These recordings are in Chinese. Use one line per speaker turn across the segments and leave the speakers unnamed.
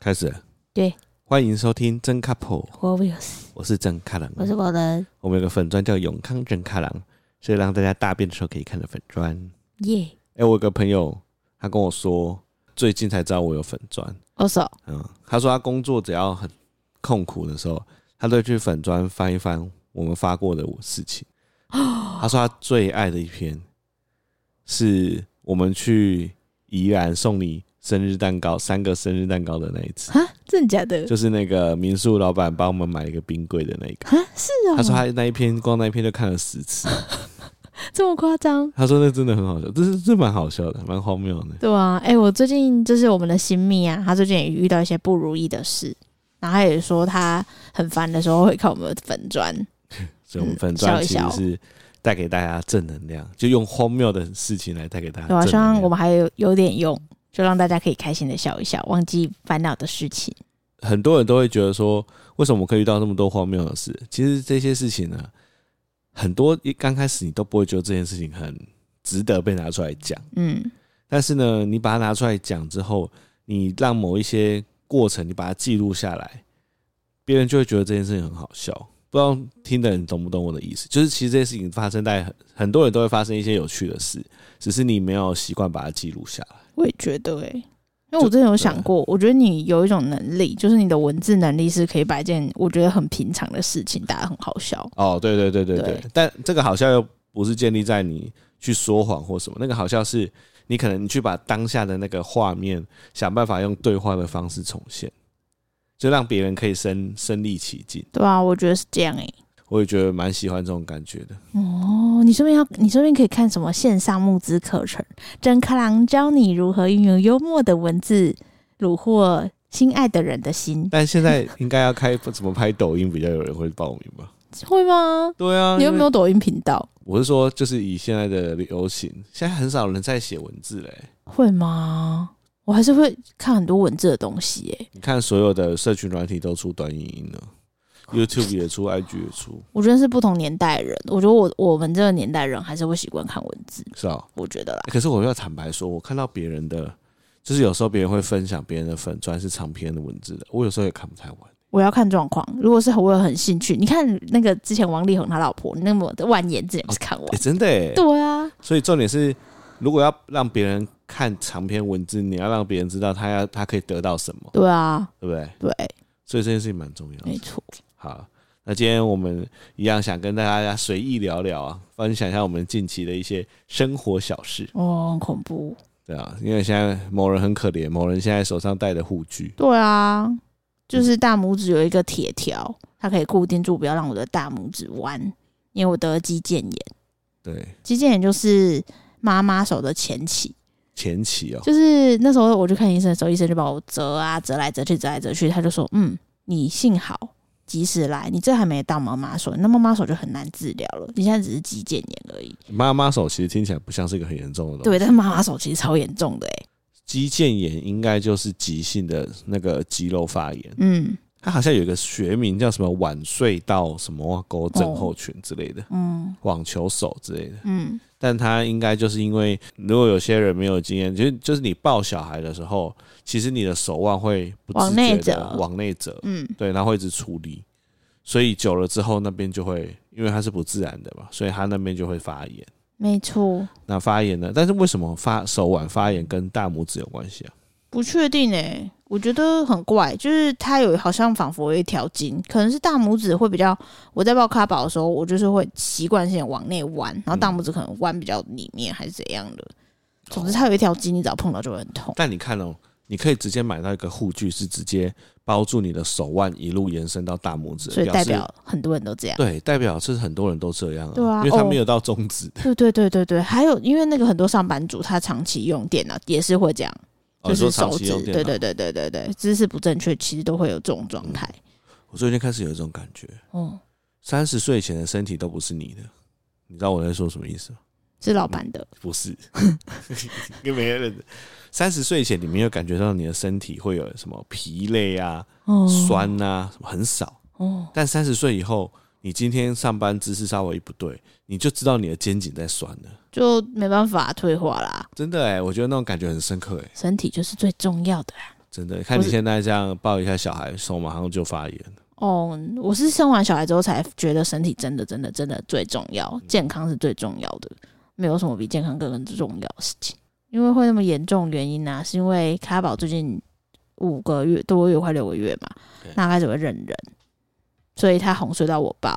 开始了。
对，
欢迎收听真 couple，
我 w i l s
我是真卡郎，
我是宝人，
我们有个粉砖叫永康真卡郎，是让大家大便的时候可以看的粉砖。
耶，
哎、我有个朋友，他跟我说，最近才知道我有粉砖。
我手
嗯，他说他工作只要很痛苦的时候，他都会去粉砖翻一翻我们发过的事 情。他说他最爱的一篇是我们去宜兰送你生日蛋糕，三个生日蛋糕的那一次，
啊，真的假 的？
就是那个民宿老板帮我们买了一个冰柜的那一个。
啊，是哦，
他说他那一篇光那一篇就看了十次，
这么夸张，
他说那真的很好笑，这是这蛮好笑的，蛮荒谬的。
对啊，哎、我最近就是我们的新密啊，他最近也遇到一些不如意的事，然后他也说他很烦的时候会看我们的粉砖，
所以我们
嗯
粉砖其
笑
实
一笑
是带给大家正能量，就用荒谬的事情来带给大家
对啊，
正
希
能
望
量。
我们还有有点用，就让大家可以开心的笑一笑，忘记烦恼的事情。
很多人都会觉得说，为什么我可以遇到那么多荒谬的事？其实这些事情呢，很多一刚开始你都不会觉得这件事情很值得被拿出来讲，
嗯，
但是呢，你把它拿出来讲之后，你让某一些过程你把它记录下来，别人就会觉得这件事情很好笑。不知道听的人懂不懂我的意思？就是其实这些事情发生在很很多人都会发生一些有趣的事，只是你没有习惯把它记录下来。
我也觉得哎、因为我之前有想过，我觉得你有一种能力，就是你的文字能力是可以把一件我觉得很平常的事情，大家很好笑。
哦，对对对对对，
对
但这个好笑又不是建立在你去说谎或什么，那个好笑是你可能你去把当下的那个画面想办法用对话的方式重现，就让别人可以身身临其境。
对啊，我觉得是这样哎、
我也觉得蛮喜欢这种感觉的。
哦，你这边要，你这边可以看什么线上募资课程？真克郎教你如何运用幽默的文字，虏获心爱的人的心，
但现在应该要开怎么拍抖音比较有人会报名吧？
会吗？
对啊，
你有没
因为？
有抖音频道？
我是说，就是以现在的流行，现在很少人在写文字嘞、
会吗？我还是会看很多文字的东西、欸耶。
你看，所有的社群软体都出短影音了，YouTube 也出，IG 也出，
我觉得是不同年代人，我觉得我我们这个年代人还是会习惯看文字，
是吧、
我觉得啦。
欸可是我要坦白说，我看到别人的，就是有时候别人会分享别人的粉砖是长篇的文字的，我有时候也看不太完。
我要看状况，如果是我有很兴趣，你看那个之前王力宏他老婆那么的万言之前不是看完
哎、？真的哎、
哦对啊，
所以重点是，如果要让别人看长篇文字，你要让别人知道他要他可以得到什么，
对啊，
对不对？
对，
所以这件事情蛮重要的
没。错。
好，那今天我们一样想跟大家随意聊聊啊，分享一下我们近期的一些生活小事，
哦，很恐怖。
对啊，因为现在某人很可怜，某人现在手上戴的护具，
对啊，就是大拇指有一个铁条，它可以固定住，不要让我的大拇指弯，因为我得了肌腱炎。
对，
肌腱炎就是妈妈手的前期，
前期哦、
就是那时候我去看医生的时候，医生就把我折啊折来折去，折来折去，他就说：“嗯，你幸好及时来，你这还没到妈妈手，那妈妈手就很难治疗了。你现在只是肌腱炎而已。
妈妈手其实听起来不像是一个很严重的东西。
对，但是妈妈手其实超严重的、欸，
肌腱炎应该就是急性的那个肌肉发炎，
嗯
它好像有一个学名叫什么晚睡到什么袜沟
哦
症候群之类的，
嗯
网球手之类的。
嗯，
但它应该就是因为，如果有些人没有经验，就是就是你抱小孩的时候，其实你的手腕会不自
往内
觉的
折
往内折，
嗯
对，它会一直出力，所以久了之后那边就会，因为它是不自然的嘛，所以它那边就会发炎。
没错。”
那发炎呢？但是为什么发手腕发炎跟大拇指有关系啊？
不确定诶、我觉得很怪，就是它有好像仿佛有一条筋，可能是大拇指会比较，我在抱卡宝的时候，我就是会习惯性地往内弯，然后大
嗯
拇指可能弯比较里面还是怎样
哦
的。总之，它有一条筋，你只要碰到就会很痛。
但你看哦，你可以直接买到一个护具，是直接包住你的手腕，一路延伸到大拇指，
所以代
示
表很多人都这样。
对，代表是很多人都这样、啊，
对啊
因为他
哦
没有到中指，
对对对对对，还有因为那个很多上班族他长期用电脑也是会这样，
哦
就
你说
是
长
手
期
指
用，电
对
脑嗯
对对对对对，姿势不正确其实都会有这种状态。
我最近开始有一种感觉，
哦，
三十岁前的身体都不是你的，你知道我在说什么意思吗？
是
嗯
老板的，
不是， 跟没人。三十岁前，你没有感觉到你的身体会有什么疲累啊、
哦
酸啊，什么很少。
哦，
但三十岁以后，你今天上班姿势稍微一不对，你就知道你的肩颈在酸了。欸
就没办法退化啦。
真的哎、我觉得那种感觉很深刻哎、
身体就是最重要的啊、
真的，看你现在这样抱一下小孩，手马上就发炎了。
哦，我是生完小孩之后才觉得身体真的真的真的最重要，健康是最重要的，没有什么比健康更重要的事情。因为会那么严重，原因呢、是因为卡宝最近五个月多月快六个月嘛
对，
那开始会认人，所以他哄睡到我抱，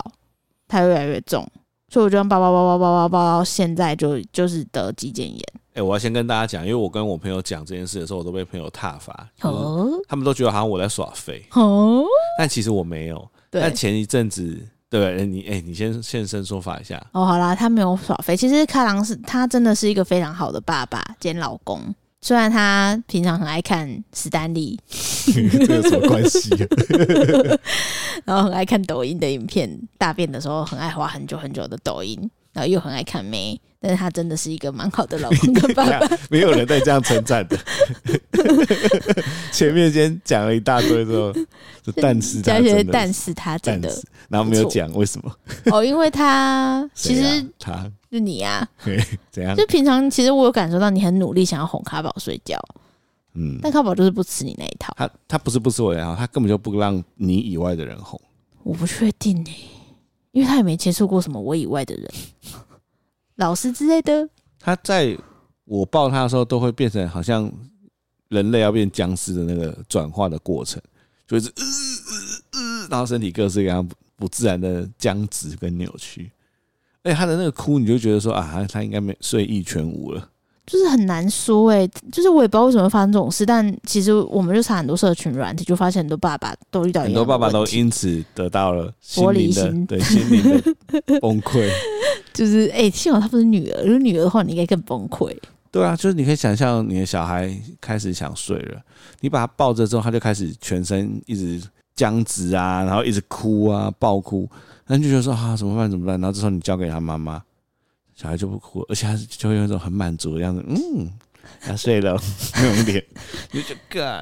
他越来越重，所以我就这样抱抱抱抱抱抱抱到现在就就是得肌腱炎。
哎、我要先跟大家讲，因为我跟我朋友讲这件事的时候，我都被朋友挞伐，就是
哦
他们都觉得好像我在耍废，
哦，
但其实我没有。
对
但。前一阵子，对你，哎、你先现身说法一下，
哦，好啦，他没有耍废。其实开朗是他真的是一个非常好的爸爸兼老公，虽然他平常很爱看史丹利，
这有什么关系、
然后很爱看抖音的影片，大便的时候很爱滑很久很久的抖音，然后又很爱看妹，但是他真的是一个蛮好的老公跟爸爸。
没有人在这样称赞的。前面先讲了一大堆之 后，就 但是他
佳学
真的
但是他真
但
的
是，然后没有讲为什么。
哦，因为他 其
谁啊嗯
实
他
就你啊，
怎样？
就平常其实我有感受到你很努力想要哄卡宝睡觉，
嗯，
但卡宝就是不吃你那一套。
他他不是不吃我的好，啊他根本就不让你以外的人哄。
我不确定呢、因为他也没接触过什么我以外的人， 老师之类的。
他在我抱他的时候，都会变成好像人类要变僵尸的那个转化的过程，就是呃呃呃，然后身体各式各样不不自然的僵直跟扭曲。而且他的那个哭，你就觉得说啊，他他应该没睡意全无了。
就是很难说诶、就是我也不知道为什么会发生这种事，但其实我们就查很多社群软体，就发现很多爸爸都遇到
很
一
多
样
爸
的
爸
问
都
题
因此得到了心
哎玻璃
灵的
心
对心灵的崩溃。
就是诶、幸好他不是女儿，如果女儿的话，你应该更崩溃。
对啊，就是你可以想象你的小孩开始想睡了，你把他抱着之后，他就开始全身一直僵直啊，然后一直哭啊，爆哭，然后你就觉得说啊怎么办怎么办？然后这时候你交给他妈妈，小孩就不哭了，而且他就会用一种很满足的样子，嗯，他睡了 那种脸，你就觉得干，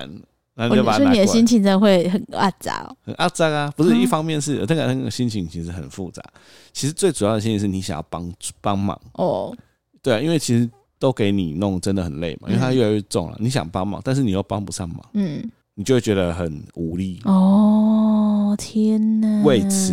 然后
我
你就把他
说
拿
哦你
过来
的心。情真的会很阿杂、哦，
很阿脏啊，不是
嗯
一方面是那个那个心情其实很复杂，其实最主要的心情是你想要帮帮忙，
哦，
对啊，因为其实都给你弄真的很累嘛，因为它
嗯
越来越重了，你想帮忙，但是你又帮不上忙，
嗯，
你就会觉得很无力。
哦，天哪，
为此，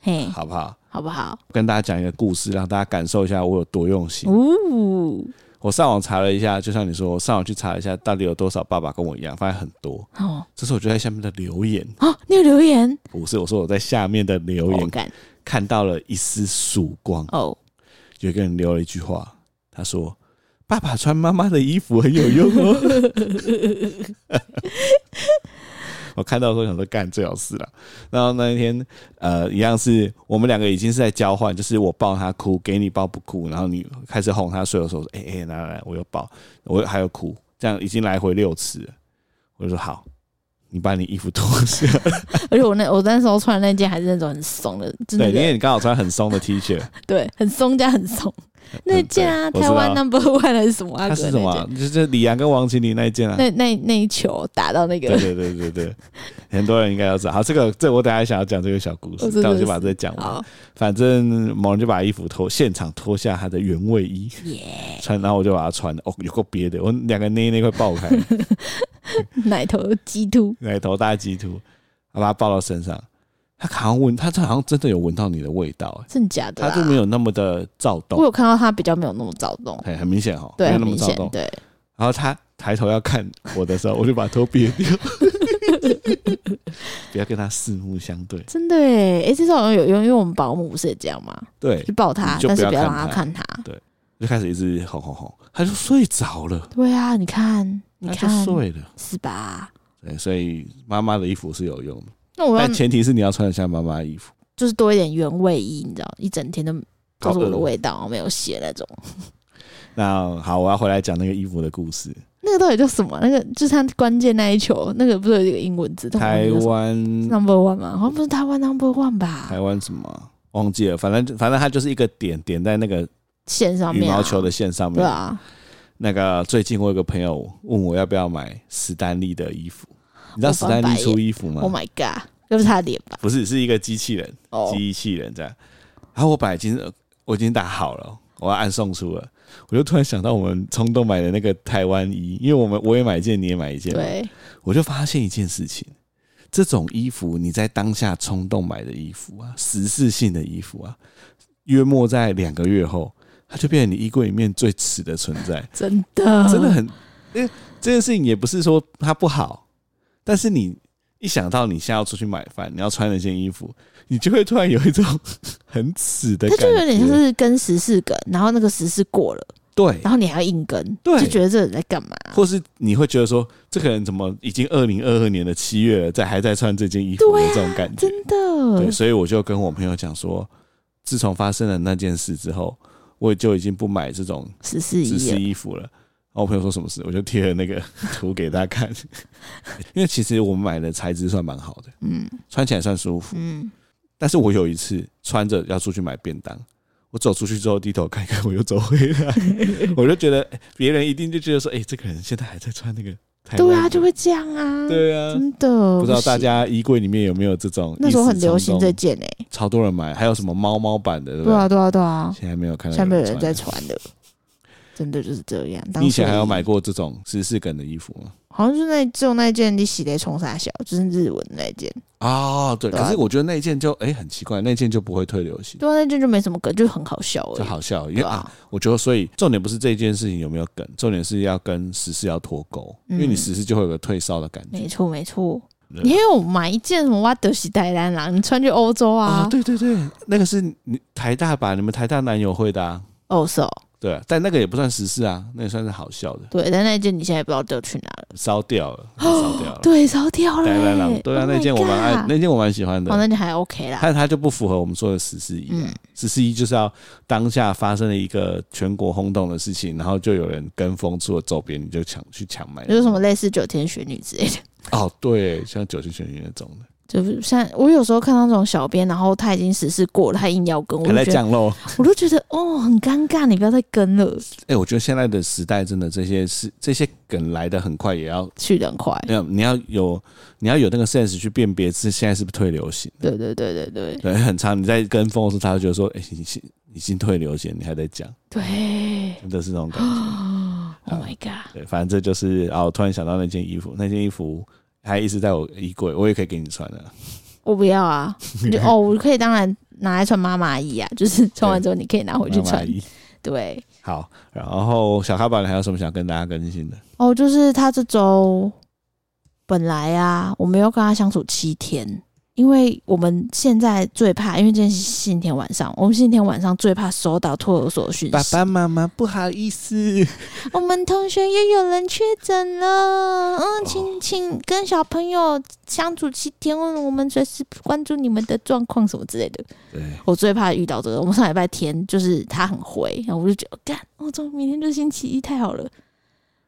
嘿，
好不好？
好不好？
跟大家讲一个故事，让大家感受一下我有多用心。
哦，
我上网查了一下，就像你说，我上网去查了一下，到底有多少爸爸跟我一样，发现很多。
哦，
这是我就在下面的留言，
哦，你有留言，
不是我说我在下面的留
我
言
感
看到了一丝曙光。
哦，
有一个人留了一句话，他说：“爸爸穿妈妈的衣服很有用 哦。”我看到的时候想说干最好事了。然后那一天，呃，一样是我们两个已经是在交换，就是我抱他哭，给你抱不哭，然后你开始哄他睡的时候说：“哎、哎、来来来，我又抱，我又还有哭，这样已经来回六次了。”我就说好，你把你衣服脱下来。
而且我那我那时候穿的那件还是那种很松的，真
对，
的
因为你刚好穿很松的 T 恤，
对，很松加 很松。那件啊，
对我知
台
道
湾 number one 还是什么阿
它
哥
是
那
什么啊、
件？
就是李阳跟王心凌那一件啊。
那那那一球打到那
对
个，
对对对 对，很多人应该要知道。好，这个这我等一下想要讲这个小故
我
事，
真的
但我就把这个讲完。
好
反正某人就把衣服脱，现场脱下他的原味衣
耶，
穿，然后我就把它穿了。哦，有够憋的，我两个内内快爆 开，
奶头鸡突，
奶头大鸡突，我把它抱到身上。他好像闻，他他好像真的有闻到你的味道、欸
真的假的
他
啦？
就没有那么的躁
我
动，
有看到他比较没有那么躁动，
很很明显哦，没
啊对，
有
很
那么
明
躁
显
动，。
对，
然后他抬头要看我的时候，我就把头别掉，不要跟他四目相对。
真的哎，哎，这种好像有用，因为我们保姆不是也这样嘛，
对
就，抱他
你，就
但
不
是
要
不要
看
让他
他
看他。
就开始一直吼吼吼，他就睡着了，
对啊，你看，你
他就
看，
睡了。
是吧？
对，所以妈妈的衣服是有用的，
那我要
但前提是你要穿得像妈妈的衣服。
就是多一点原味衣，你知道，一整天都都是我的
好饿
味道，没有血那种。
那好，我要回来讲那个衣服的故事。
那个到底叫什么？那个就是他关键那一球，那个不是有一个英文字？
台湾，
number one 吗？好像不是台湾 number one 吧？
台湾什么啊忘记了，反正反正它就是一个点点在那个
线上
羽
面、啊、
毛球的线上
对
面。
啊，
那个最近我有个朋友问我要不要买史丹利的衣服，你知道
我
史丹
翻白
利
眼
出衣服吗
，Oh？my god，又不是他的脸吧？
不是，是一个机器人，
哦，
机器人这样。然后我本来已经我已经打好了，我要按送出了。我就突然想到我们冲动买的那个台湾衣，因为我们我也买一件，你也买一件，，
对，
我就发现一件事情：这种衣服，你在当下冲动买的衣服啊，时事性的衣服啊，约莫在两个月后，它就变成你衣柜里面最耻的存在。
真的，
真的很，因为这件事情也不是说它不好，但是你一想到你现在要出去买饭，你要穿那件衣服，你就会突然有一种 很耻的
它
感觉，
就有点像是啊跟时事梗，然后那个时事过了，
对，
然后你还要硬跟，
对
就觉得这人在干嘛？
或是你会觉得说，这个人怎么已经二零二二年的七月了，在还在穿这件衣服
对
的
啊
这种感觉，
真的
对，，所以我就跟我朋友讲说，自从发生了那件事之后，我就已经不买这种
时事
只
一
是
了，
衣服了。然后我朋友说什么事，我就贴了那个 图给他看， 因为其实我们买的材质算蛮好的，
嗯
穿起来算舒服。
嗯，
但是我有一次穿着要出去买便当，我走出去之后低头看一看，我又走回来， 我就觉得哎别人一定就觉得说，哎、这个人现在还在穿那个台湾的，
对啊，就会这样啊，
对啊。
真的，
不知道
行
大家衣柜里面有没有这种？
那时候很流行这，件诶、
超多人买，还有什么猫猫版的，对不
对
对？
啊对啊对啊，
现在没有看到
下面有人
穿
在。传的，真的就是这样。当
你以前
时
还有买过这种十四梗的衣服吗？
好像就那只有那件你洗的冲啥小，就是日文那件，
哦，对，
对啊
可是我觉得那一件就哎、很奇怪，那一件就不会退流行，
对啊那件就没什么梗，就很好笑而
就
已。
好笑，因
对
为啊，
啊，
我觉得所以重点不是这件事情有没有梗，重点是要跟时事要脱钩，
嗯
因为你时事就会有个退烧的感
没
觉。
错没错。
对啊
你也有买一件什么哇德西戴兰啦，你穿去欧洲
啊、
啊
哦，？对对对，那个是你台大吧？你们台大男友会的、啊，
哦是哦，
对啊，但那个也不算时事啊，那也算是好笑的，
对，但那件你现在不知道丢去哪了，
烧掉了，烧掉了。
对，烧掉了
哦台
欸、
湾郎，对啊，
Oh my
那件我蛮爱，
God
那件我蛮喜欢的
哦，。那件还 OK 啦。
但它就不符合我们说的十四一啊
嗯，
十四一就是要当下发生了一个全国轰动的事情，然后就有人跟风出了周边，你就抢去抢买。
就是什么类似九天玄女之类的，
哦，对，像九星玄女那种的，
就是像我有时候看到那种小编，然后他已经实施过了，他硬要跟，我
还
就
在
觉得
降落。
我都觉得哦，很尴尬，你不要再跟了，
哎、我觉得现在的时代真的这些是这些梗来的很快，也要
去得很快。
要你要有你要有那个 sense 去辨别是现在是不是退流行。
对对对对对
对，很长。你在跟风的时候，他会觉得说：“哎、你已已经退流行，你还在讲，
对
真的是那种感觉。”
，Oh my god！
对，反正这就是啊，我突然想到那件衣服，那件衣服还一直在我衣柜，我也可以给你穿的。
我不要啊，你 就哦，我可以当然拿来穿妈妈衣啊， 就是穿完之后你可以拿回去
妈妈
穿。
衣
对，
好，然后小咖宝，你还有什么想跟大家更新的？
哦，就是他这周本来啊，我们要跟他相处七天，因为我们现在最怕，因为今天是星期天晚上，我们星期天晚上最怕收到托儿所的讯息，
爸爸妈妈，不好意思，
我们同学又有人确诊了，嗯，
哦
请请跟小朋友相处七天，我们随时关注你们的状况什么之类的。
对，
我最怕遇到这个。我们上礼拜天就是他很回，然后我就觉得干，我、哦、终于明天就星期一，太好了，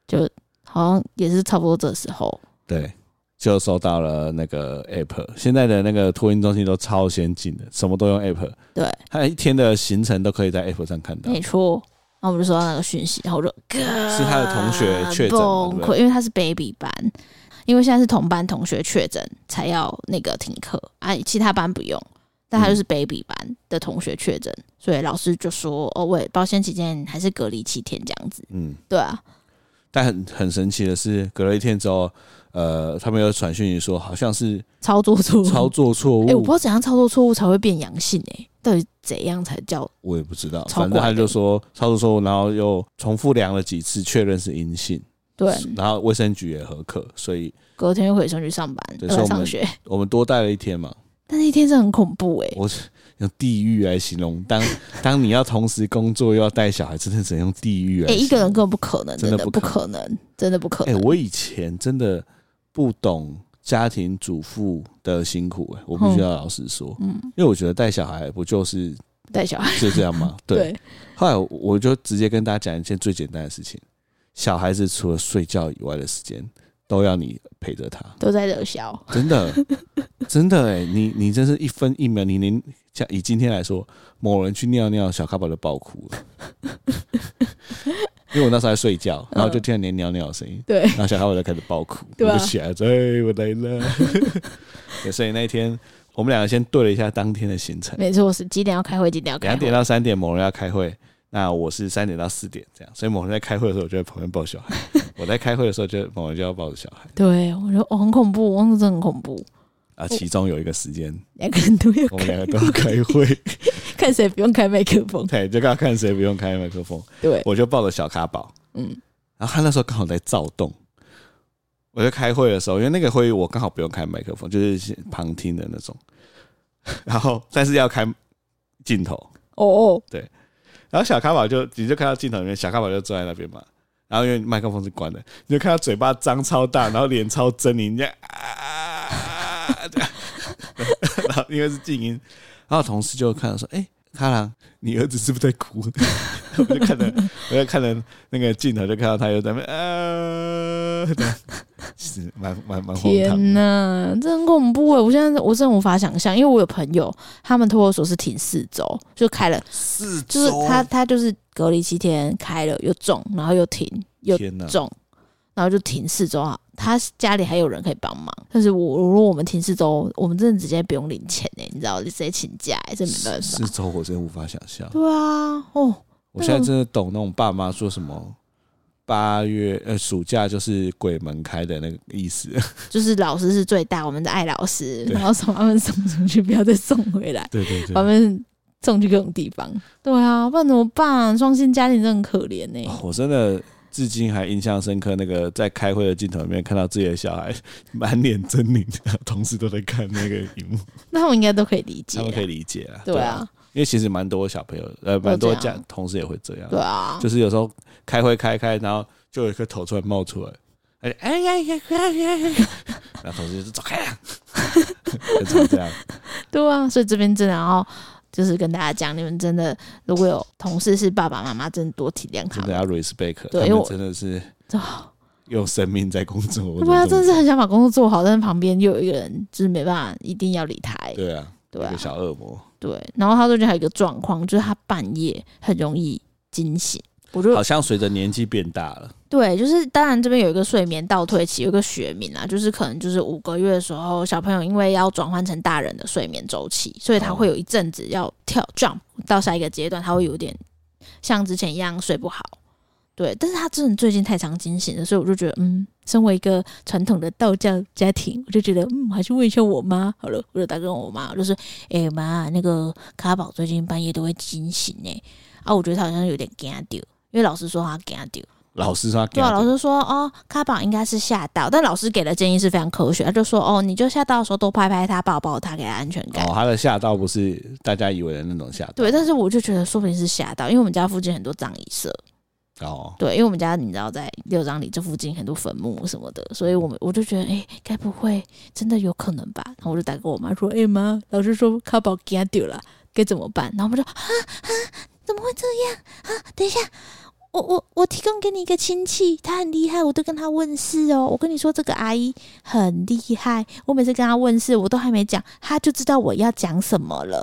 就好像也是差不多这时候。
对，就收到了那个 app，现在的那个托运中心都超先进的，什么都用 app，
对，
它一天的行程都可以在 app 上看到
没。错。然后我们就收到那个讯息，然后我就干
是他的同学确诊嘛
崩
对不
溃，
对
因为他是 baby 班，因为现在是同班同学确诊才要那个停课啊，其他班不用，但他就是
嗯
baby 班的同学确诊，所以老师就说哦，喂，保险期间还是隔离七天这样子，
嗯，
对啊，
但很很神奇的是，隔了一天之后，呃，他们又传讯息说好像是
操作错误，
操作错误，
哎、我不知道怎样操作错误才会变阳性哎、到底怎样才叫
我也不知道，
超
反正
怪
他
的
就说操作错误，然后又重复量了几次，确认是阴性，
对？
然后卫生局也核可，所以
隔天又可以上去上班，
对
呃
所以我们
上学，
我们多待了一天嘛。
但那一天是很恐怖哎、
我用地狱来形容，当 当你要同时工作又要带小孩，真的只能用地狱来形
哎、
容。
一个人根本不可能，
真
真
的
的
不
不可能，真的不可
哎、
能。
我以前真的不懂家庭主妇的辛苦、哎，我必须要老实说，
嗯，
因为我觉得带小孩不就是
带小孩，
就这样吗？对。
对，
后来我就直接跟大家讲一件最简单的事情：小孩子除了睡觉以外的时间，都要你陪着他。
都在热销。
真的， 真的哎、你你真是一分一秒，你连像以今天来说，某人去尿尿，小咖宝就爆哭了。因为我那时候在睡觉，然后就听到你尿尿的声音，
对，
然后小咖宝就开始爆哭，
对啊
我就起来说：“哎、我来了。 对”所以那一天，我们两个先对了一下当天的行程，
没错，是几点要开会，几点要开
两
会
点？到三点，某人要开会，那我是三点到四点这样，所以某人在开会的时候，我就在旁边抱小孩；我在开会的时候，就某人就要抱着小孩。
对，我觉得哦很恐怖，我真的很恐怖，
啊，其中有一个时间，
两个人都要
我们两
开
个，都要开会，
看谁不用开麦克 风。
对，就要看谁不用开麦克风。
对，
我就抱着小卡宝，
嗯，
然后他那时候刚好在躁动。我在开会的时候，因为那个会议我刚好不用开麦克风，就是旁听的那种，然后但是要开镜头，
哦哦，
然后小卡宝就你就看到镜头里面，小卡宝就坐在那边嘛。然后因为麦克风是关的，你就看他嘴巴张超大，然后脸超狰狞，你这样啊，这样然后因为是静音，然后同事就看到说：“哎、卡郎，你儿子是不是在哭？”我就看着，我就看着那个镜头，就看到他又在那边啊，这样其实蛮蛮蛮荒唐
天
的。
呐，这很恐怖哎！我现在我真的无法想象，因为我有朋友，他们托我所是停四周，就开了，
四周
就是他他就是隔离七天开了又中，然后又停又
天哪，
中，然后就停四周啊。他家里还有人可以帮忙，但是我如果我们停四周，我们真的直接不用领钱哎、你知道，就直接请假哎、这没办
四
法。
周我真的无法想象。
对啊，哦，
我现在真的懂那种爸妈说什么八月呃暑假就是鬼门开的那个意思，
就是老师是最大，我们的爱老师，
对
然后送他们送出去，不要再送回来。
对对
把他们送去各种地方。对啊，不然怎么办？双薪家庭真的很可怜欸呢、
我真的至今还印象深刻，那个在开会的镜头里面看到自己的小孩满脸狰狞，同事都在看那个荧幕，
那他们应该都可以理解
他
啊。
们可以理解啊，
对啊，，
因为其实蛮多小朋友呃蛮多
都这
家
样
同事也会这样，
对啊，
就是有时候开会开开，然后就有一颗头突然冒出来。哎哎呀呀呀呀！呀然后同事就说走开啊，就常这样。
对啊。所以这边真的要就是跟大家讲，你们真的如果有同事是爸爸妈妈，真的多体谅他
真的
们。
要 respect，
对
他
因为
们
我
真的是
啊
用生命在工作。我
对啊，
这
真
么
的是很想把工作做好，但是旁边又有一个人就是没办法，一定要理他、欸。
对啊，
对啊
一个小恶魔，
对，然后他最近还有一个状况，就是他半夜很容易惊醒。我就
好像随着年纪变大了，
对，就是当然这边有一个睡眠倒退期，有一个学名啊，就是可能就是五个月的时候，小朋友因为要转换成大人的睡眠周期，所以他
哦
会有一阵子要跳 jump 到下一个阶段，他会有点像之前一样睡不好。对，但是他真的最近太常惊醒了，所以我就觉得，嗯，身为一个传统的道教家庭，我就觉得，嗯，还是问一下我妈好了。我就打给我妈，我就说，哎、妈，那个卡宝最近半夜都会惊醒哎、啊，我觉得他好像有点惊丢，因为老师说他惊丢。
老师说他
对啊，老
怕
师说哦，卡宝应该是吓到，但老师给的建议是非常科学，他就说哦，你就吓到的时候多拍拍他，抱抱他，给他安全感。
哦，他的吓到不是大家以为的那种吓到，
对，但是我就觉得说不定是吓到，因为我们家附近很多葬仪社，
哦，
对，因为我们家你知道在六张里这附近很多坟墓什么的，所以我们我就觉得，哎、该不会真的有可能吧？然后我就打给我妈说，哎、妈，老师说卡宝给他丢了，该怎么办？然后我们就啊啊，怎么会这样啊？等一下。我我我提供给你一个亲戚，他很厉害，我都跟他问事哦。我跟你说，这个阿姨很厉害，我每次跟他问事，我都还没讲，他就知道我要讲什么了。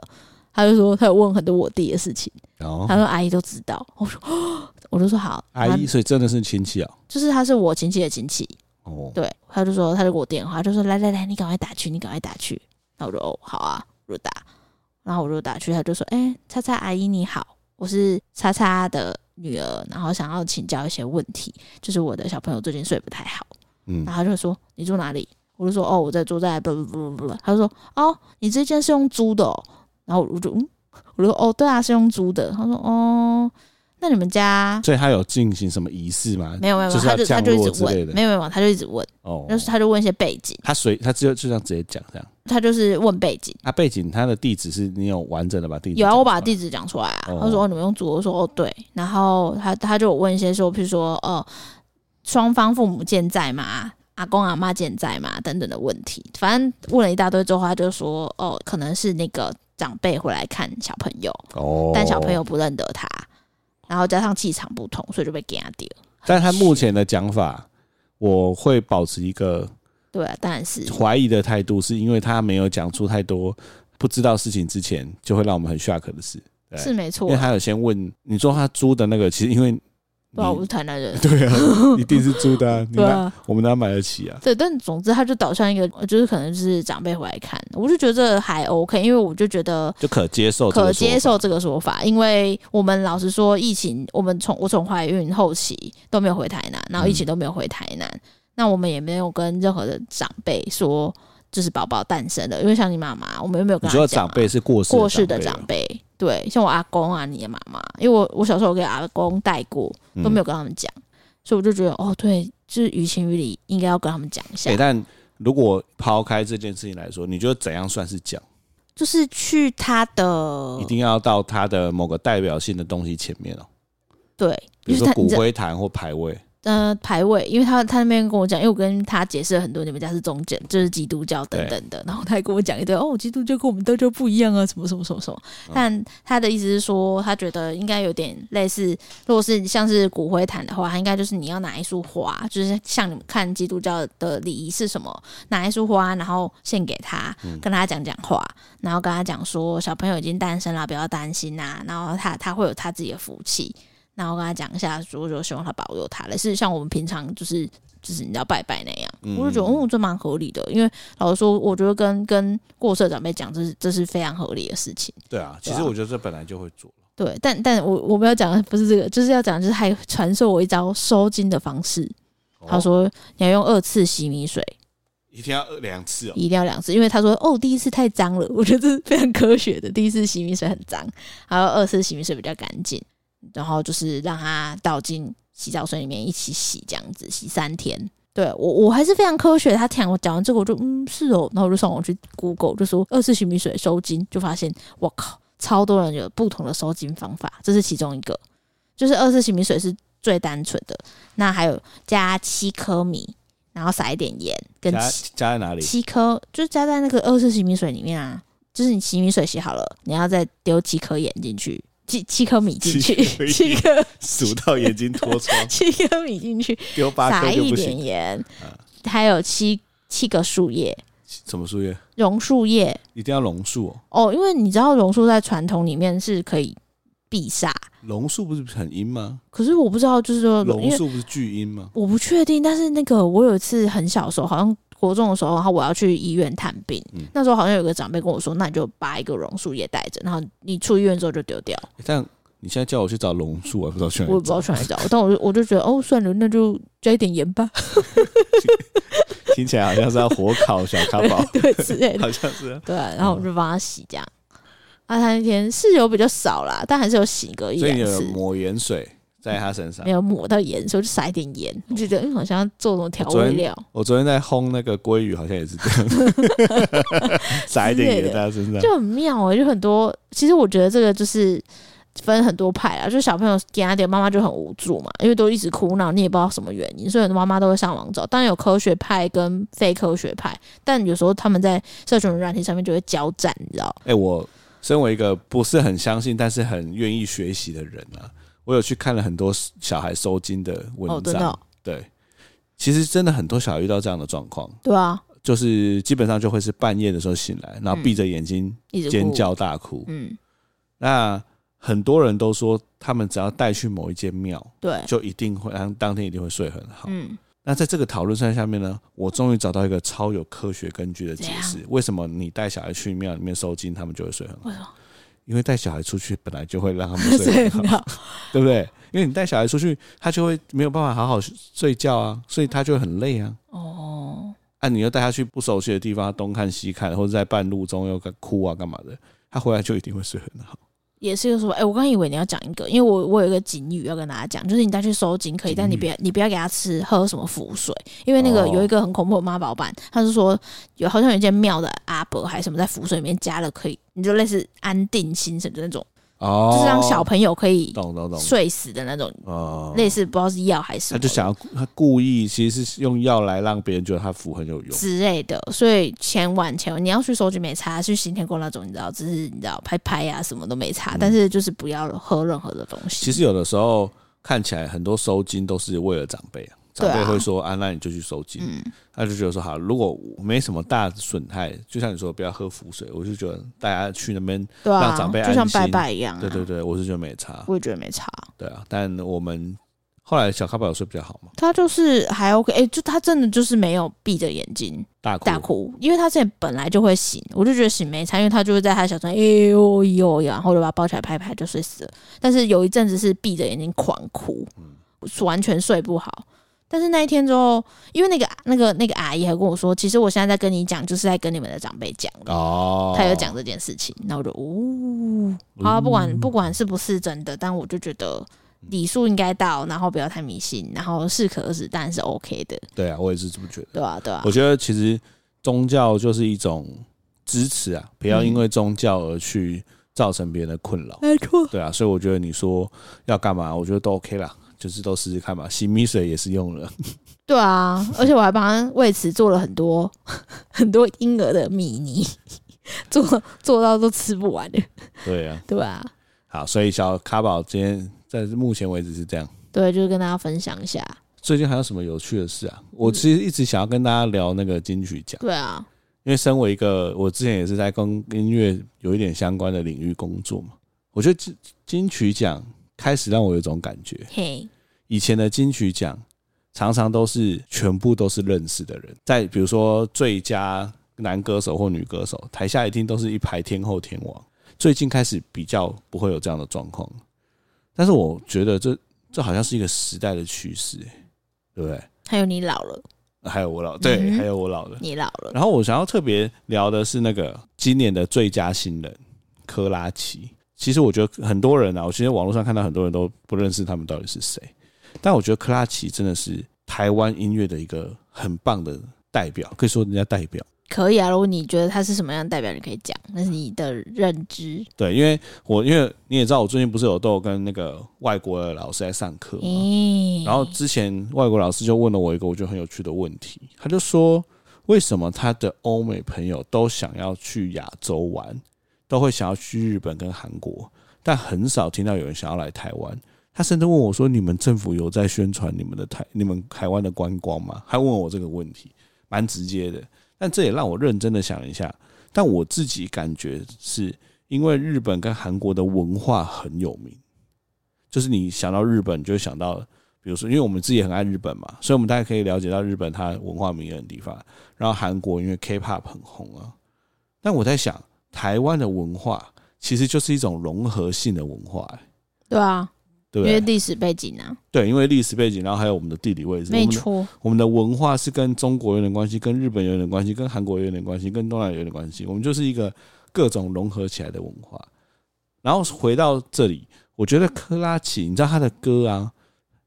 他就说，他有问很多我弟的事情，
然后
他说阿姨都知道。我说， 哦我就说好，
哦阿姨，所以真的是亲戚哦，
就是他是我亲戚的亲戚，
哦，
对，他就说他就给我电话，他就说来来来，你赶快打去，你赶快打去。那我就哦好啊，我就打，然后我就打去，他就说哎、叉叉阿姨你好，我是叉叉的女儿，然后想要请教一些问题，就是我的小朋友最近睡不太好，
嗯
然，后他就说你住哪里？我就说哦我在住在不不不不不，他就说哦你这间是用租的、哦，然后我就嗯，我就说哦对啊是用租的，他说哦那你们家
所以他有进行什么仪式吗？
没有没有，没
就
有，
是要
他就他
降
就
落
一
之
直
类的
问，没有没有，他就一直问，
哦，
就是他就问一些背景，
他随他只有就这样直接讲这样，
他就是问背景。
他背景他的地址是你有完整的把地址
有啊，
讲
我
出来
把地址讲出来啊。
哦
他说、哦、你们用组，我说哦对。然后他他就有问一些说，譬如说呃，双方父母健在吗？阿公阿妈健在吗？等等的问题。反正问了一大堆之后，他就说哦，可能是那个长辈回来看小朋友，
哦，
但小朋友，不认得他，然后加上气场不同，所以就被给他丢。
但他目前的讲法，我会保持一个
对、啊，当然是
怀疑的态度，是因为他没有讲出太多不知道事情之前，就会让我们很 shock 的事。对
是没
因
错
为
啊、
他有先问你说他租的那个，其实因为。
不然我是台南人
对啊，一定是租的、啊，你
对
买、
啊，
我们哪买得起啊？
对，但总之他就导向一个，就是可能就是长辈回来看，我就觉得这还 OK，因为我就觉得
就可接受，
可接受。这个说法，因为我们老实说，疫情我们从我从怀孕后期都没有回台南，然
嗯
后疫情都没有回台南，那我们也没有跟任何的长辈说就是宝宝诞生了，因为像你妈妈，我们又没有
你
跟她
说
讲
的
啊
长辈是过世
过世的
长
长
辈哦啊
辈，对，像我阿公啊，你的妈妈，因为我我小时候有给阿公带过，都没
有。
有跟他们讲，所以我就觉得哦，对，就是于情于理应该要跟他们讲一下
哎、，但如果抛开这件事情来说，你觉得怎样算是讲？
就是去他的
一定要到他的某个代表性的东西前面哦、
对，
比如
就是
说
他
骨
你知道
灰坛或牌位。
呃排位，因为他他那边跟我讲，因为我跟他解释了很多，你们家是中间就是基督教等等的，然后他还跟我讲一堆哦，基督教跟我们道教不一样啊，什么什么什么什么。
嗯
但他的意思是说，他觉得应该有点类似，如果是像是骨灰坛的话，他应该就是你要拿一束花，就是像你们看基督教的礼仪是什么，拿一束花，然后献给他，跟他讲讲话，然后跟他讲说小朋友已经诞生了，不要担心呐、然后他他会有他自己的福气，然后跟他讲一下说，就希望他保佑他类似像我们平常就是就是你要拜拜那样，我就觉得哦，这蛮合理的，因为老实说，我觉得跟跟过世的长辈讲，这是这是非常合理的事情。
对啊，其
对啊
实我觉得这本来就会做。
对，但但我我们要讲的不是这个，就是要讲，就是还传授我一招收金的方式。他
哦
说你要用二次洗米水，
一天要两次哦、
一定要两次，因为他说哦，第一次太脏了， 我觉得这是非常科学的，第一次洗米水很脏，还有二次洗米水比较干净，然后就是让它倒进洗澡水里面一起洗，这样子洗三天。对我我还是非常科学，他讲我讲完这个我就嗯是哦，然后我就上网去 Google 就说二次洗米水收金，就发现我靠，超多人有不同的收金方法，这是其中一个，就是二次洗米水是最单纯的，那还有加七颗米，然后撒一点盐跟
加
七
加在哪里？
七颗，就加在那个二次洗米水里面啊。就是你洗米水洗好了，你要再丢七颗盐进去，七七颗米进去
七颗，盐
七颗，
数到眼睛脱窗
七颗米进去，
丢八
撒
颗就
一
不
点
行。
盐
啊，
还有七七个树叶，
什么树叶？
榕树叶
一定要榕树哦。
哦，因为你知道榕树在传统里面是可以避煞，
榕树不是很阴吗？
可是我哦不知道，就是说，因
榕
为
树不是巨阴吗？
我不确定，但是那个我有一次很小的时候，好像国中的时候，然后我要去医院探病，
嗯
那时候好像有个长辈跟我说，那你就把一个榕树叶带着，然后你出医院之后就丢掉。
欸但你现在叫我去找榕树，我还啊不知道去哪
我也
里
不知道
找。
去哪里找，但我就我就觉得哦，算了，那就加一点 盐吧，，
听起来好像是要火烤小咖宝
对之类的，
好像是啊。
对啊，然后我就帮他洗这样。啊，他那天是有比较少啦，但还是有洗个一
所以
两
你有
次，
抹盐水在他身上
没。有抹到盐，所以我就撒一点盐，我就觉得嗯，好像做那种调
哦我昨
味
天
料。
我昨天在烘那个鲑鱼，好像也是这 样， 撒一点盐在他身上。
就很妙哎、就很多。其实我觉得这个就是分很多派啊，就是小朋友给他点，妈妈就很无助嘛，因为都一直哭闹，你也不知道什么原因，所以很多妈妈都会上网找。当然有科学派跟非科学派，但有时候他们在社群软体上面就会交战，你知道？
哎、我身为一个不是很相信，但是很愿意学习的人啊，我有去看了很多小孩收金的
哦，
文
真
章。
的哦、
对，其实真的很多小孩遇到这样的状况，
对啊，
就是基本上就会是半夜的时候醒来，然后闭着眼睛
嗯一直哭
尖，叫大哭。
嗯，
那很多人都说，他们只要带去某一间庙，
对，
就一定会当当天一定会睡很好。
嗯，
那在这个讨论上下面呢，我终于找到一个超有科学根据的解
怎
释，为什么你带小孩去庙里面收金，他们就会睡很好
为什么？
因为带小孩出去本来就会让他们
对
睡很好，
啊，
对不对？因为你带小孩出去，他就会没有办法好好睡觉啊，
嗯
所以他就会很累啊。
哦，
啊，你又带他去不熟悉的地方，东看西看，或者在半路中又哭啊干嘛的，他回来就一定会睡很好。
也是一个说法。哎、我刚以为你要讲一个，因为我我有一个警语要跟大家讲，就是你带去收金可
警语
以，但你别你不要给他吃喝什么符水，因为那个
哦
有一个很恐怖的妈宝版，他是说有好像有一间庙的阿伯还是什么在符水里面加了可以，你就类似安定心神的那种，
哦
就是让小朋友可以
懂懂懂
睡死的那种，
哦，
类似不知道是药还是什
他
么
就想要他故意其实是用药来让别人觉得他符很有用。
之类的，所以千万千万你要去收集没差，去行天宫那种，你知道，只是你知道拍拍呀、什么都没差，但是就是不要喝任何的东
嗯
西。
其实有的时候看起来很多收金都是为了长辈啊，
对
长
啊嗯
辈会说啊，那你就去收金，他就觉得说好，如果没什么大损害，就像你说不要喝符水，我就觉得大家去那边，
对啊
让长辈，
就像
安心
拜拜一样、啊，
对对对，我是觉得没差，
我也觉得没差。
对啊，但我们后来小咖宝有睡比较好嘛，
他就是还 OK，哎、就他真的就是没有闭着眼睛
大哭
大哭，因为他之前本来就会醒，我就觉得醒没差，因为他就会在他小床哎呦哎呦，然后我就把他抱起来拍拍就睡死了。但是有一阵子是闭着眼睛狂哭，完全睡不好。但是那一天之后，因为那个那个那个阿姨还跟我说，其实我现在在跟你讲，就是在跟你们的长辈讲。
哦，
他有讲这件事情，那我就呜、哦，啊，不
嗯
管不管是不是真的，但我就觉得礼数应该到，然后不要太迷信，然后适可而止，当然是 OK 的，
对啊，我也是这么觉得。
对啊？对啊
我？觉得其实宗教就是一种支持啊，不
嗯
要因为宗教而去造成别人的困扰。
没错，
对啊，所以我觉得你说要干嘛，我觉得都 OK 啦，就是都试试看嘛。洗米水也是用了，
对啊，而且我还帮他为此做了很多 很多婴儿的米泥，做做到都吃不完的，
对啊。
对吧、啊？
好，所以小卡宝今天在目前为止是这样。
对，就是跟大家分享一下，
最近还有什么有趣的事啊？我其实一直想要跟大家聊那个金曲奖，
对啊，
因为身为一个我之前也是在跟音乐有一点相关的领域工作嘛，我觉得金金曲奖开始让我有一种感觉，
嘿，
以前的金曲奖常常都是全部都是认识的人，在比如说最佳男歌手或女歌手，台下一定都是一排天后天王。最近开始比较不会有这样的状况，但是我觉得这这好像是一个时代的趋势、欸对不对？
还有你老了，
还有我老对，
嗯哼
还有我老了。
你老了，
然后我想要特别聊的是那个今年的最佳新人科拉奇。其实我觉得很多人啊，我其实网络上看到很多人都不认识他们到底是谁，但我觉得科拉奇真的是台湾音乐的一个很棒的代表，可以说人家代表。
可以啊。如果你觉得他是什么样的代表，你可以讲，那是你的认知。
对，因为我因为你也知道，我最近不是有都有跟那个外国的老师在上课吗？
咦，
啊然后之前外国老师就问了我一个我觉得很有趣的问题，他就说为什么他的欧美朋友都想要去亚洲玩，都会想要去日本跟韩国，但很少听到有人想要来台湾。他甚至问我说：“你们政府有在宣传你们的台、你们台湾的观光吗？”还问我这个问题，蛮直接的。但这也让我认真的想一下。但我自己感觉是因为日本跟韩国的文化很有名，就是你想到日本，你就会想到比如说，因为我们自己也很爱日本嘛，所以我们大概可以了解到日本它文化迷人的地方。然后韩国因为 K-pop 很红啊，但我在想，台湾的文化其实就是一种融合性的文化、欸
对啊，
对不
因为
对？
历史背景啊，
对，因为历史背景，然后还有我们的地理位置，我
没
们的
错，
我们的文化是跟中国有点关系，跟日本有点关系，跟韩国有点关系，跟东南亚有点关系。我们就是一个各种融合起来的文化。然后回到这里，我觉得科拉奇，你知道他的歌啊，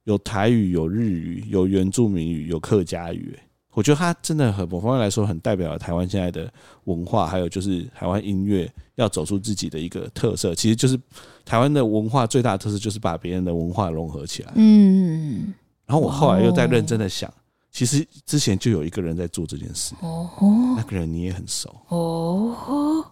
有台语，有日语，有原住民语，有客家语。欸我觉得他真的很某方面来说，很代表了台湾现在的文化，还有就是台湾音乐要走出自己的一个特色。其实就是台湾的文化最大的特色，就是把别人的文化融合起来。
嗯，
然后我后来又在认真的想，其实之前就有一个人在做这件事，
哦
那个人你也很熟，
哦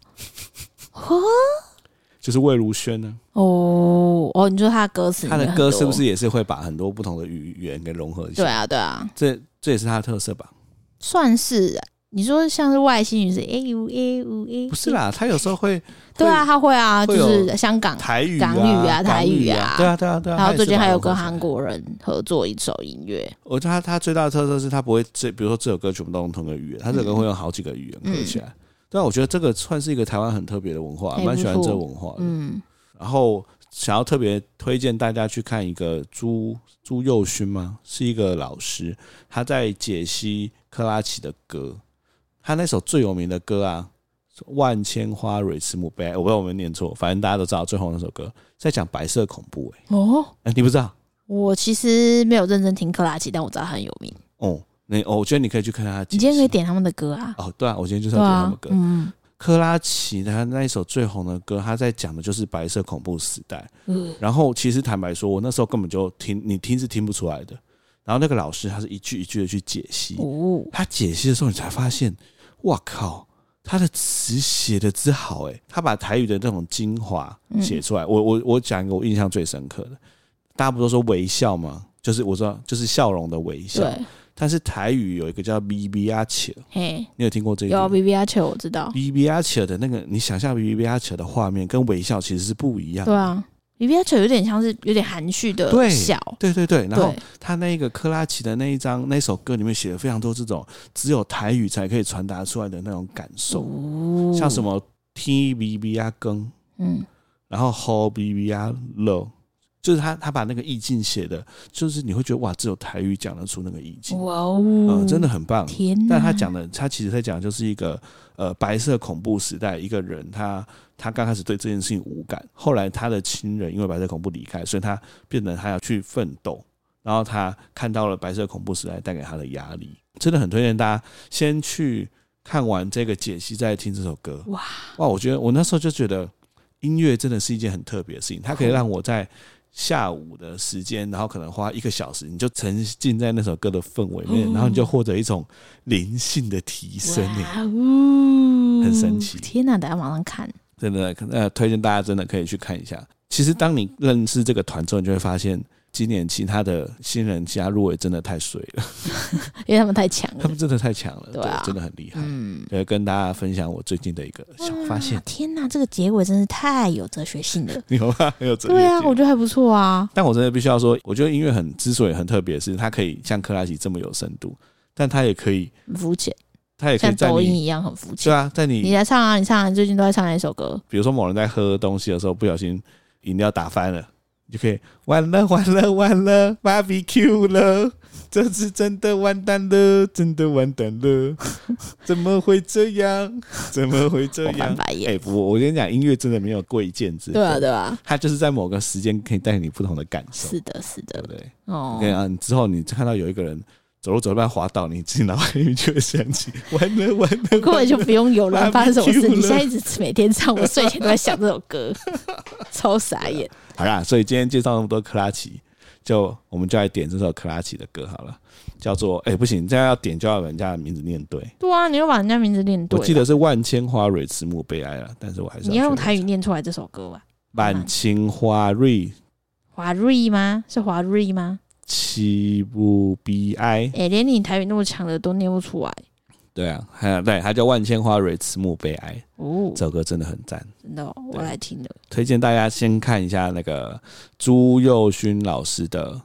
就是魏如萱呢。
哦哦，你说他的歌词，
她的歌是不？是也是会把很多不同的语言给融合一
对
下？
啊，对啊，
这这也是她的特色吧？
算是啊。你说像是外星语是 A U A U A，
不是，啦，她有时候会
对啊，他会啊，就
会有
是香港，
台语、
港语啊
港语
台语
啊
啊，
对啊，对啊，对啊。
然
她
后
也是
最近还有跟
把它融合起来
韩，国人合作一首音乐，
我觉得她她最大的特色是她不会这，比如说这首歌全部都用同一个语言，她这首
嗯
歌会用好几个语言合起来。但我觉得这个算是一个台湾很特别的文化，
还不
蛮喜欢这个
错
文化的。
嗯，
然后想要特别推荐大家去看一个朱朱佑勋吗？是一个老师，他在解析克拉奇的歌。他那首最有名的歌啊，《万千花蕊慈母悲哀》，我不知道我有没有念错，反正大家都知道最红的那首歌，在讲白色恐怖、欸。
哦，
哎、你不知道？
我其实没有认真听克拉奇，但我知道他很有名。
哦，那哦，我觉得你可以去看看他解析。
你今天可以点他们的歌啊，
哦，对啊，我今天就是
对
要点他
啊
们，歌。
嗯，
克拉奇他那一首最红的歌，他在讲的就是白色恐怖时代。
嗯
然后其实坦白说，我那时候根本就听你听是听不出来的。然后那个老师他是一句一句的去解析，
哦，
他解析的时候你才发现，哇靠，他的词写的之好诶、哎他把台语的那种精华写出
嗯
来。我我我讲一个我印象最深刻的，大家不都说微笑吗？就是我知道，就是啊笑容的微笑。
对，
但是台语有一个叫 B B 阿切，
嘿，
你有听过这
有啊
个
B B R 球我知道，
？B B 阿切的那个，你想象 B B 阿切的画面跟微笑其实是不一样的。
对啊，里皮亚丘有点像是有点含蓄的
对
笑，
对对对，然后
对
他那个克拉奇的那一张那首歌里面写了非常多这种只有台语才可以传达出来的那种感受，
哦
像什么 T B B 啊更，
嗯
然后 Ho B B 啊 Lo，就是他他把那个意境写的，就是你会觉得哇，只有台语讲得出那个意境，
哇
嗯、
哦，
真的很棒。
天哪，
但他讲的，他其实在讲的就是一个呃白色恐怖时代，一个人他他刚开始对这件事情无感，后来他的亲人因为白色恐怖离开，所以他变得他要去奋斗，然后他看到了白色恐怖时代带给他的压力，真的很推荐大家先去看完这个解析，再听这首歌。
哇
哇，我觉得我那时候就觉得音乐真的是一件很特别的事情，它可以让我在。下午的时间，然后可能花一个小时，你就沉浸在那首歌的氛围里面，
哦
然后你就获得一种灵性的提升耶。
哇
欸
哦，
很神奇
天哪，等下马上看，
真的，呃，推荐大家真的可以去看一下。其实，当你认识这个团之后，你就会发现，今年其他的新人加入也真的太水了，
因为他们太强
他
了
们。真的太强了，
对啊
真的很厉害。
嗯，
呃，跟大家分享我最近的一个小发现
哇，天哪，这个结尾真是太有哲学性 了。
你有吗？很有哲学
对啊，
性
我觉得还不错啊。
但我真的必须要说，我觉得音乐很之所以很特别，是它可以像克拉奇这么有深度，但它也可以，
很肤浅，
它也可以
像
在
抖音
你
一样很肤
对
浅。
啊，在
你
你
来唱啊，你唱啊，你最近都在唱哪一首歌？
比如说某人在喝东西的时候不小心饮料打翻了，你就可以完了完了完了，barbecue 了，这次真的完蛋了，真的完蛋了，怎么会这样？怎么会这
我翻
样？
白眼。
哎、我我跟你讲，音乐真的没有贵贱之分，
对啊，对啊，
它就是在某个时间可以带给你不同的感受，
是的，是
对
的
不。对？
哦
我跟，你讲，你啊之后你看到有一个人走路走到一半滑倒，你自己脑海里面就会想起， 完了完了，
根本就不用 有人发生什么事。
Barbecue 了
你现在一直每天唱，我睡前都在想这首歌， 超傻眼。
好啦，所以今天介绍那么多克拉奇，就我们就来点这首克拉奇的歌好了，叫做哎、不行，这样要点就要把人家的名字念对，
对啊，你又把人家名字念对
我
了。
记得是万千花蕊慈母悲哀了，但是我还是
你要用
确认
台语念出来这首歌吧？
万千花蕊
华瑞吗？是华瑞吗？
慈母悲哀，
哎、连你台语那么强的都念不出来
对啊，还有对，它叫万千花蕊慈母悲哀，
哦
这，首歌真的很赞。
真的、哦，
对
我来听了。
推荐大家先看一下那个朱佑勋老师的，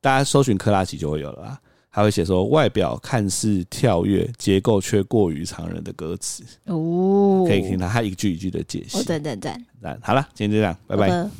大家搜寻克拉奇就会有了啦。他会写说，外表看似跳跃，结构却过于常人的歌词，
哦，
可以听到他一句一句的解析
哦，。赞赞赞，
那好了，今天就这样，拜拜。
好的